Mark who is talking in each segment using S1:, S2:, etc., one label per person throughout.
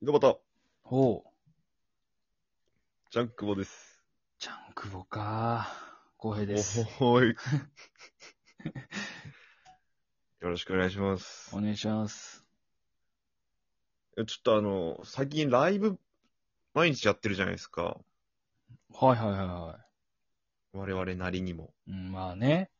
S1: 井戸端、
S2: おう。
S1: ジャンクボです。
S2: ジャンクボか。公平です。
S1: お ーい。よろしくお願いします。
S2: お願いします。
S1: いやちょっとあの、最近ライブ、毎日やってるじゃないですか。
S2: はいはいはいは
S1: 我々なりにも。
S2: い。うん、まあね。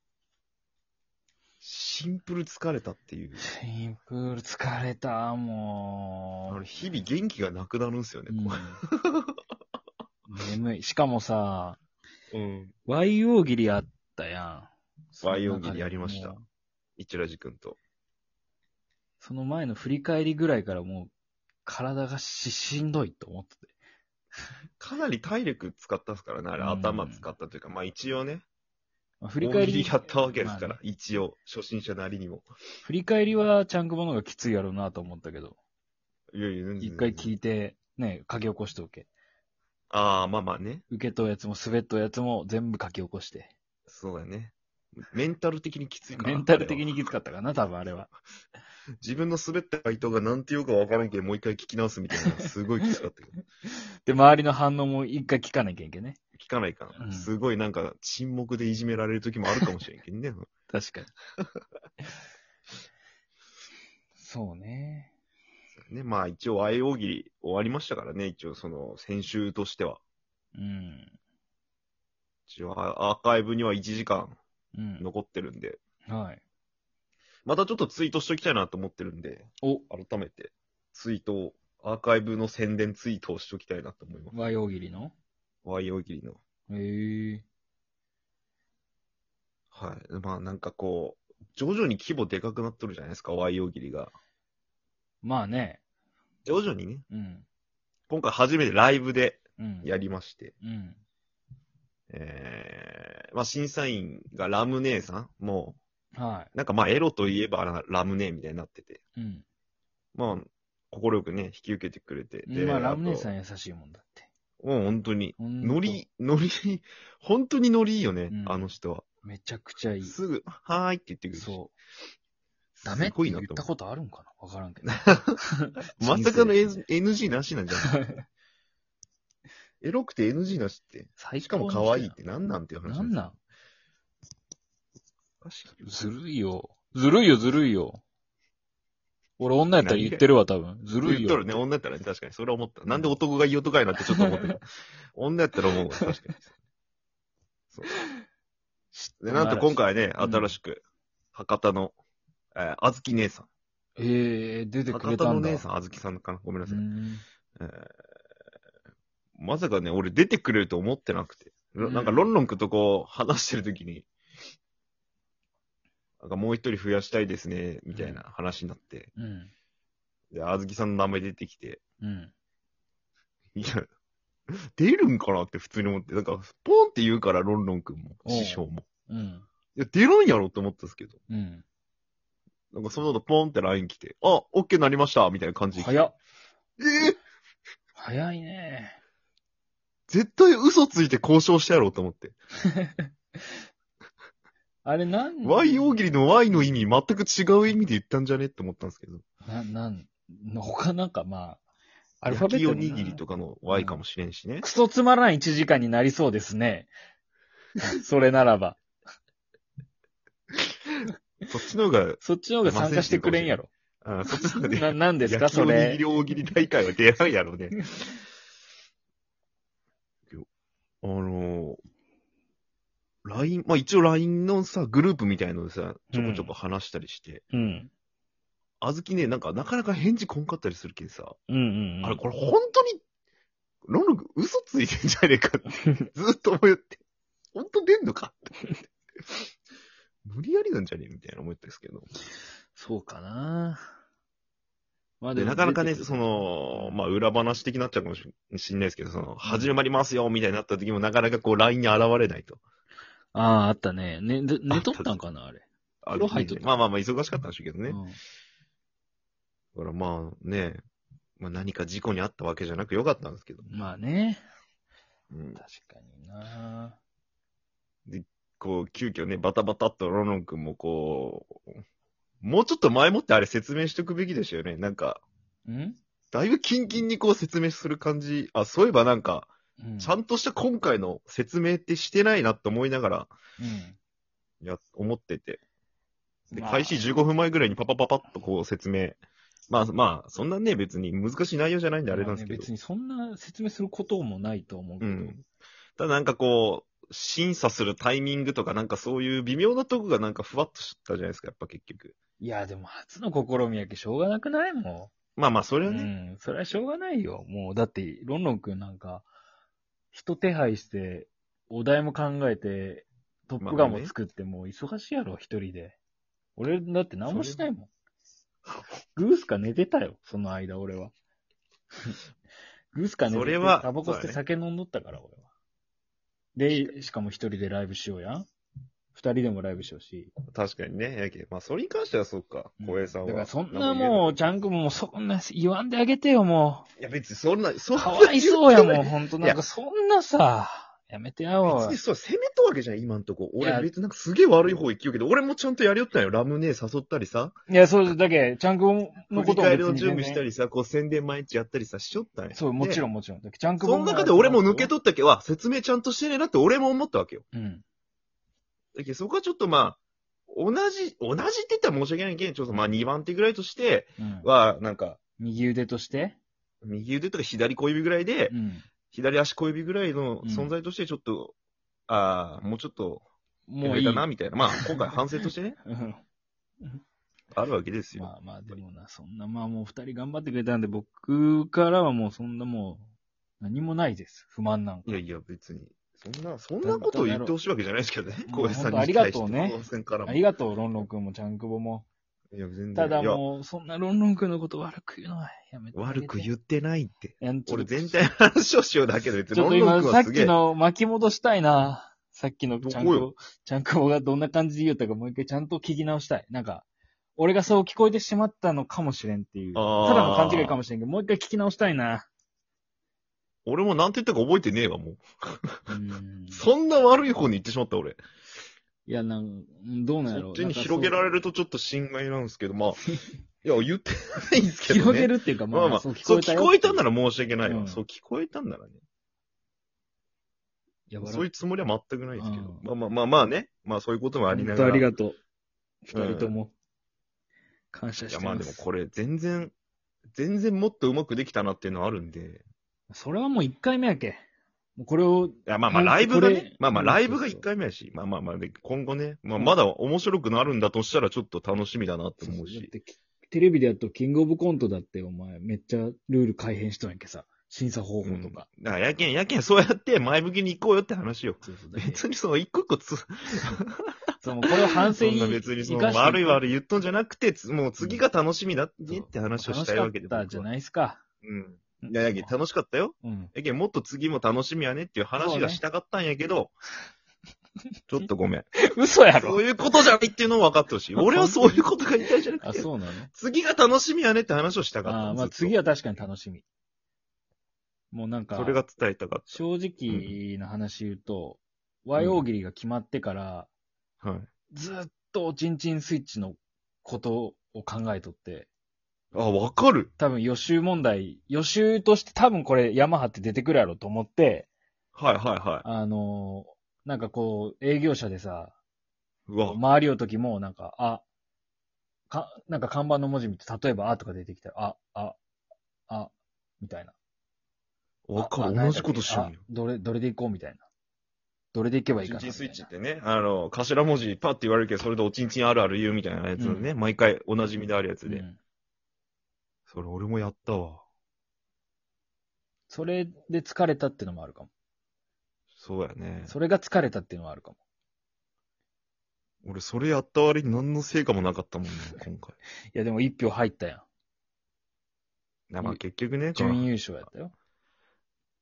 S1: シンプル疲れたっていう。
S2: シンプル疲れた、
S1: あ
S2: も
S1: の、日々元気がなくなるんですよね
S2: う。う、ん眠い。しかもさ、
S1: うん。
S2: y o 切りあったやん。
S1: ワイオ切りありました
S2: もう。
S1: 一ラジ君と。
S2: その前の振り返りぐらいからもう、体がし、しんどいと思ってて。
S1: かなり体力使ったっすからね、あれ、
S2: うん
S1: 頭使ったというか、まあ一応ね、
S2: まあ振
S1: 振
S2: り返り、
S1: やったわけですから、
S2: まあね
S1: 一応、初心者なりにも。
S2: 振り返りはチャンクボの方がきついやろうなと思ったけど、
S1: いやいや、全然
S2: 一回聞いて、ね、書き起こしておけ。
S1: ああ、まあまあね。
S2: 受けとうやつも滑っとうやつも全部書き起こして。
S1: そうだね。メンタル的にきついかな。
S2: メンタル的にきつかったかな、多分あれは。
S1: 自分の滑った回答がなんて言うかわからんけん、もう一回聞き直すみたいな、すごいきつかったけ ど。
S2: で、周りの反応も一回聞かなきゃいけんね。
S1: 聞かないかな。
S2: うん
S1: すごいなんか、沈黙でいじめられる時もあるかもしれんけんね。
S2: 確かに。 そうね。
S1: ね、まあ一応、愛大喜利終わりましたからね、一応、その、先週としては。
S2: うん。
S1: 一応、あアーカイブには1時間
S2: うん。
S1: 残ってるんで、
S2: はい。
S1: またちょっとツイートしときたいなと思ってるんで、
S2: お、
S1: 改めて、ツイートを、アーカイブの宣伝ツイートをしときたいなと思います。
S2: 和洋切りの
S1: 愛大喜利の。
S2: へえ。
S1: はい。まあなんかこう、徐々に規模でかくなっとるじゃないですか、ワイオギリが。
S2: まあね。
S1: 徐々にね、
S2: うん。
S1: 今回初めてライブで
S2: うん。
S1: やりまして、
S2: うん。
S1: えー、まあ審査員がラムネーさんも
S2: は
S1: う、なんかまあエロといえばララムネーみたいになってて、
S2: い。うん。
S1: まあ、心よくね、引き受けてくれて。で
S2: まあ、ラムネさ
S1: あ
S2: ん優しいもんだって。
S1: ともう本当に、
S2: ほんと
S1: ノリ、ノリ、本当にノリいいよね、
S2: うん
S1: あの人は。
S2: めちゃくちゃいい。
S1: すぐ、はーいって言ってくるし。
S2: そう。
S1: す
S2: ダメって
S1: ごい
S2: 言
S1: な
S2: っ
S1: と
S2: た
S1: 思
S2: ことあるんかなわから んけど。
S1: う。まさかの
S2: 人
S1: NG なしなんじゃない エロくて NG なしって。
S2: 最
S1: しかも可愛いって何なんていう話。
S2: なんなん
S1: おかしい
S2: ずるいよ。ずるいよ、ずるいよ。俺、女やったら言ってるわ、多分。ずるい
S1: 言っと
S2: よ。
S1: るね、女やったらね、確かに。それは思った。なんで男がいい男やなってちょっと思 ってた。女やったら思うわ、確かに。そう。で、なんと今回ね、
S2: うん
S1: 新しく、博多の、えーあずき姉さん。
S2: えー、出てく
S1: 博
S2: れ
S1: 多
S2: た
S1: の
S2: んだ。
S1: 姉さん、あずきさんかな。ごめんなさい。
S2: うん
S1: えーまさかね、俺出てくれると思ってなくて。ろ
S2: うん
S1: なんか、ロンロンくんとこう、話してるときに、なんかもう一人増やしたいですね、みたいな話になって。
S2: うん。
S1: で、あずきさんの名前出てきて、
S2: うん。
S1: いや、 出るんかなって普通に思って、なんか、ポンって言うから、ロンロンくんも、
S2: お
S1: 師
S2: う
S1: 匠も。
S2: うん。
S1: いや、出るんやろって思ったんですけど、
S2: うん。
S1: なんかその後ポンって LINE 来て、あ、OK なりましたみたいな感じで来て。
S2: 早っ。
S1: えー
S2: 早いね。
S1: 絶対嘘ついて交渉したやろうと思って。
S2: あれ、なん、
S1: Y 大喜利の Y の意味、全く違う意味で言ったんじゃねって思ったんですけど。
S2: な、なん、他なんかまあ、アルファベ
S1: 焼き
S2: ット
S1: お
S2: のな
S1: にぎりとかの Y かもしれんしね。
S2: クソつまらない1時間になりそうですね。 それならば。
S1: そっちの方が、
S2: そっちの方が参加してくれんや ろ。
S1: あそっちの方が
S2: な、なんですか、
S1: 焼き
S2: そ
S1: おにぎ
S2: れ
S1: り。大喜利大会は出会うやろうね。あのー、LINE、まあ一応 LINE のさ、グループみたいのでさ、ちょこちょこ話したりして、
S2: うん。
S1: あずきね、なんかなかなか返事こんかったりするけんさ、
S2: うんうんうん。
S1: あれこれ本当に、ロンロン嘘ついてんじゃねえ かって、ずっと思って、本当出んのかって思って。無理やりなんじゃねえみたいな思ったんですけど。
S2: そうかな。まあ
S1: で、なかなかね、そ
S2: の、
S1: の、まあ、裏話的になっちゃうかもししんないですけど、その、始まりますよ、みたいになった時も、なかなかこう、LINE に現れないと。
S2: ああ、あったね。ね、で寝とったんかな、あれ。
S1: あ
S2: 風呂入っとった
S1: まあまあまあ、忙しかったんでしょうけどね。
S2: うん
S1: だからまあね、まあ、何か事故にあったわけじゃなくよかったんですけど、
S2: まあね。
S1: うん、
S2: 確かにな。
S1: こう急遽ね、バタバタっとロノン君もこう、もうちょっと前もってあれ説明しておくべきですよね。なんか、
S2: うん
S1: だいぶキンキンにこう説明する感じ。あ、そういえばなんか、
S2: うん。
S1: ちゃんとした今回の説明ってしてないなって思いながら、いや、思ってて。
S2: うん。
S1: で、
S2: まあ
S1: 開始15分前ぐらいにパパパパッとこう説明。まあまあ、そんなね、別に難しい内容じゃないんであれなんですけ
S2: まあね
S1: ど。
S2: 別にそんな説明することもないと思うけ
S1: う
S2: ど。
S1: ん。ただなんかこう、審査するタイミングとかなんかそういう微妙なとこがなんかふわっとしたじゃないですか、やっぱ結局。
S2: いや、でも初の試みやけしょうがなくないも
S1: まあまあ、それ
S2: ん。う
S1: はね。
S2: ん。それはしょうがないよ。もう、だって、ロンロンくんなんか、人手配して、お題も考えて、トップガンも作って、もう忙しいやろ、一人で。俺、だって何もしないもん。グースか寝てたよ、その間、俺 は。グースか寝て
S1: そ
S2: て、
S1: れは
S2: タバコ
S1: そう
S2: 吸っ
S1: だ
S2: て
S1: ね
S2: 酒飲んどったから、俺は。で、しかも一人でライブしようやん。二人でもライブしようし。
S1: 確かにね。やけまあ、それに関してはそうか、小平さんは。
S2: だからそんな
S1: 何言えい
S2: もう、ジャン君もうそんな言わんであげてよ、も
S1: いや、別にそんな、
S2: う。
S1: そんな
S2: かわいそうや、もう、ほんと。
S1: いや
S2: なんかそんなさ、やめてや
S1: 別
S2: ろ
S1: にそう、攻めたわけじゃん、今んとこ。
S2: いや
S1: 俺、別になんかすげえ悪い方行きようけど、俺もちゃんとやりよったんよ。ラムネ誘ったりさ、
S2: いや、そう、だけ、ジャン君
S1: 振
S2: のこ
S1: り
S2: とも
S1: 返
S2: 別
S1: りの
S2: に全然
S1: 準備したりさ、こう宣伝毎日やったりさ、しよったんよ。
S2: そう、もちろ
S1: ん。
S2: んもちろん。だけどジャン君
S1: その中で俺も抜け取ったけは、説明ちゃんとしてねえなって俺も思ったわけよ。
S2: うん。
S1: だけどそこはちょっとまあ、同じ、同じって言ったら申し訳ないけど、ちょっとまあ2番手ぐらいとして
S2: うん。
S1: は、なんか、
S2: 右腕として
S1: 右腕とか左小指ぐらいで、
S2: うん。
S1: 左足小指ぐらいの
S2: うん
S1: 存在としてちょっと、ああ、もうちょっと、
S2: もういい。
S1: だな、みたいな。まあ、今回反省としてね、
S2: うん
S1: あるわけですよ。
S2: まあまあ、でもな、そんな、まあもう二人頑張ってくれたんで、僕からはもうそんなもう、何もないです。不満なんか。
S1: いやいや、別に。そんな、そんなことを言ってほしいわけじゃないですけどね。
S2: まあ
S1: 小林さん
S2: 本当あ
S1: に
S2: り
S1: 対
S2: が
S1: して。
S2: とうね
S1: 当然から
S2: あ
S1: も。
S2: り
S1: い
S2: がとう、ロンロン君も、ジャンクボも。
S1: や、全然。
S2: ただ
S1: いや
S2: もう、そんなロンロン君のこと悪く言うのはやめてあげて。
S1: 悪く言ってないって。
S2: いやちょっと
S1: 俺全体の話をしようだけど、別に。
S2: ちょっと
S1: ロン
S2: 今、
S1: ドン君
S2: さ
S1: は
S2: っ
S1: すげ
S2: き
S1: え。
S2: の巻き戻したいな。さっきの
S1: ど
S2: ち
S1: こ
S2: ゃ
S1: よ
S2: んこ、ちゃんこがどんな感じで言うたかもう一回ちゃんと聞き直したい。なんか、俺がそう聞こえてしまったのかもしれんっていう。た
S1: あー
S2: だの勘違いかもしれんけど、もう一回聞き直したい な。
S1: 俺もなんて言ったか覚えてねえわ、もう。
S2: うーん。
S1: そんな悪い方に言ってしまった、俺。
S2: いや、なん、どうなんやろ
S1: そっ
S2: う。
S1: ちに広げられるとちょっと心外なんですけ ど、まあ、いや、言ってないんですけどね。
S2: 広げるっていうか、
S1: まあまあ、そう聞こえたんな
S2: ら、
S1: ら申し訳ないわ。
S2: うん
S1: そう聞こえたんならね。
S2: いや
S1: そういうつもりは全くないですけ
S2: うん
S1: ど。まあまあまあまあね。まあそういうこともありなが
S2: 本当
S1: ら。
S2: ありがとう。二
S1: うん
S2: 人とも。感謝
S1: い
S2: して
S1: や
S2: ます。
S1: まあでもこれ全然、全然もっとうまくできたなっていうのはあるんで。
S2: それはもう一回目やけ。もうこれを、
S1: いやまあまあ
S2: なん
S1: ラ
S2: か
S1: イブが
S2: これ
S1: ね。まあまあライブが
S2: うんそうそう
S1: 1回目やし。まあまあまあで、今後ね。まあまだ面白くなるんだとしたらちょっと楽しみだなって思う
S2: だっ
S1: し。
S2: てテレビでやっとキングオブコントだってお前めっちゃルール改変しとんやんけさ。審査方法とか。
S1: だからやけん、やけんそうやって前向きに行こうよって話よ。
S2: そうそうだけど
S1: 別にその一個一個つ、
S2: そうもうこれを反省
S1: そ
S2: に
S1: んな
S2: 生
S1: 別に
S2: かし
S1: そ
S2: て。
S1: の悪い悪い言っとんじゃなくて、つもう次が楽しみだねって話をしたいわけで。
S2: 楽しかったじゃ
S1: 僕は
S2: ないですか。
S1: うん。いや、やけん楽しかったよ。
S2: うん。
S1: やけんもっと次も楽しみやねっていう話がしたかったんやけ ど、ちょっとごめん。
S2: 嘘や
S1: そ
S2: ろ
S1: ういうことじゃないっていうのを分かってほしい。俺はそういうことが言いたいじゃな
S2: あ、
S1: くて、
S2: そうなの
S1: 次が楽しみやねって話をしたかった
S2: あ
S1: の。
S2: ーま
S1: ず
S2: あ
S1: っと
S2: 次は確かに楽しみ。もうなんか、
S1: それが伝えたかっ
S2: 正直な話言うと、和洋切りが決まってから、
S1: た。はい。
S2: ずっとおちんちんスイッチのことを考えとって、
S1: あ、わかる。
S2: 多分予習問題、予習として多分これヤマハって出てくるやろと思って、
S1: はいはいは
S2: あのーなんかこう、営業者でさ、
S1: い。うわ、
S2: 回りようときも、なんか、あ、か、なんか看板の文字見て、例えば、あとか出てきたら、あ、あ、あ、みたいな。
S1: わか
S2: あ
S1: る。
S2: あ
S1: 同じことしようよ
S2: あ。どれ、どれでいこうみたいな。どれでいけばいい
S1: チン
S2: かな
S1: チン
S2: み
S1: ス
S2: た
S1: イ
S2: い
S1: ッチっ
S2: な。
S1: てね、あの、頭文字パッて言われるけど、それでおちんちんあるある言うみたいなやつね、毎回おなじみであるやつで。
S2: うん
S1: それ俺もやったわ。
S2: それで疲れたってのもあるかも。
S1: そうやね。
S2: それが疲れたっていうのはあるかも。
S1: 俺それやった割に何の成果もなかったもんね、今回。
S2: いや、でも一票入ったや
S1: いやまあ結局ね、
S2: ん。準優勝やったよ。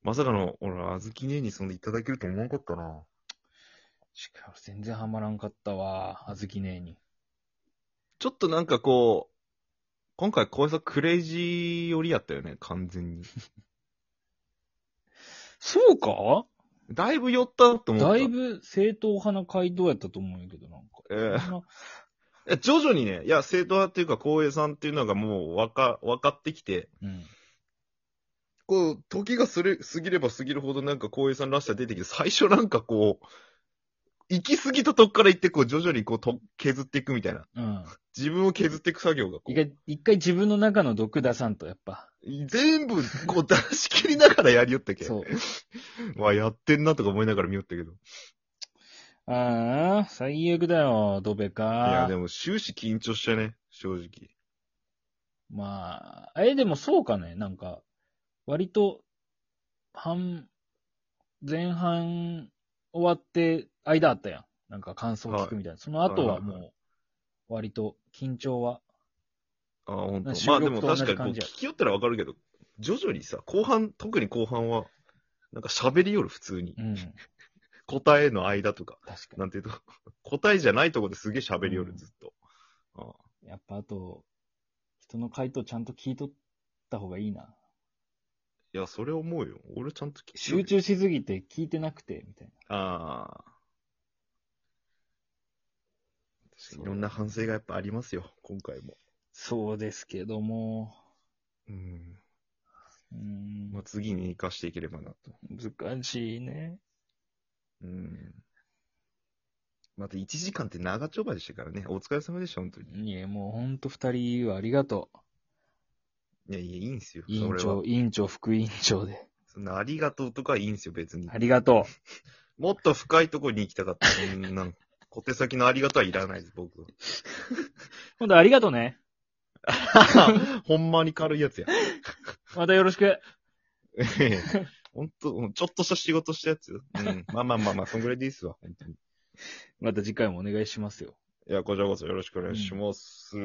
S1: まさかの、俺、あずき姉にそんでいただけると思わなかったな。
S2: しかも全然ハマらんかったわ、あずき姉に。
S1: ちょっとなんかこう、今回小林さんクレイジー寄りやったよね、完全に。
S2: そうか
S1: だいぶ寄ったと思った。
S2: だいぶ正統派な回答やったと思うんやけど、なんか。
S1: ええ
S2: そんな
S1: いや徐々にね、いや、正統派っていうか、光栄さんっていうのがもう分か、分かってきて、
S2: うん。
S1: こう、時がすれ、過ぎれば過ぎるほどなんか光栄さんらしさ出てきて、最初なんかこう、行き過ぎたとこから行って、こう、徐々にこうと、削っていくみたいな。
S2: うん。
S1: 自分を削っていく作業がこう
S2: 一、回、一回自分の中の毒出さんと、やっぱ。
S1: 全部、こう、出し切りながらやりよったけ。
S2: そう。
S1: わ、やってんなとか思いながら見よったけど。い
S2: ああ、最悪だよ、ドベ
S1: や、
S2: か
S1: で。も終始緊張したね、正直。
S2: まあ、え、でもそうかね、なんか、割と、半、前半終わって、間あったやん。なんか感想聞くみたいな。その後は
S1: はい
S2: もう、割と緊張は。
S1: あ、本当。
S2: 収
S1: まあ
S2: 録
S1: でも
S2: と同じ
S1: 確かにこう聞
S2: 感じや
S1: きよったらわかるけど、徐々にさ、後半、特に後半は、なんか喋りよる普通に
S2: う。ん、
S1: 答えの間とか、
S2: 確か
S1: なんていうと、 答えじゃないとこですげえ喋りよる、
S2: うん
S1: ずっと。あ
S2: に。やっぱあと、人の回答ちゃんと聞いとった方がいいな。
S1: いや、それ思うよ。俺ちゃんと聞いてる
S2: 集。中しすぎて聞いてなくて、みたいな。
S1: ああ。確かにいろんな反省がやっぱありますよ、今回も。
S2: そうですけども、
S1: うん。
S2: うーん
S1: まあ、次に活かしていければなと。
S2: 難しいね。
S1: うん。また1時間って長丁場でしたからね。お疲れ様でした、本当に。
S2: いや、もうほんと二人はありがとう。
S1: いやいや、いいんすよ。
S2: 委員
S1: それは
S2: 長、委員長、副委員長で。
S1: そんなありがとうとかいいんすよ、別に。
S2: ありがと
S1: もっと深いところに行きたかった。そんなの。小手先のありがとうはいらないです、僕は。
S2: う。今度ありがとうね。
S1: ほんまに軽いやつ や。
S2: またよろしく。
S1: ほんと、うんちょっとした仕事したやつ。うん。まあまあまあまあ、そんぐらいでいいっすわ、本当に。
S2: また次回もお願いしますよ。
S1: いや、こちらこそよろしくお願いします。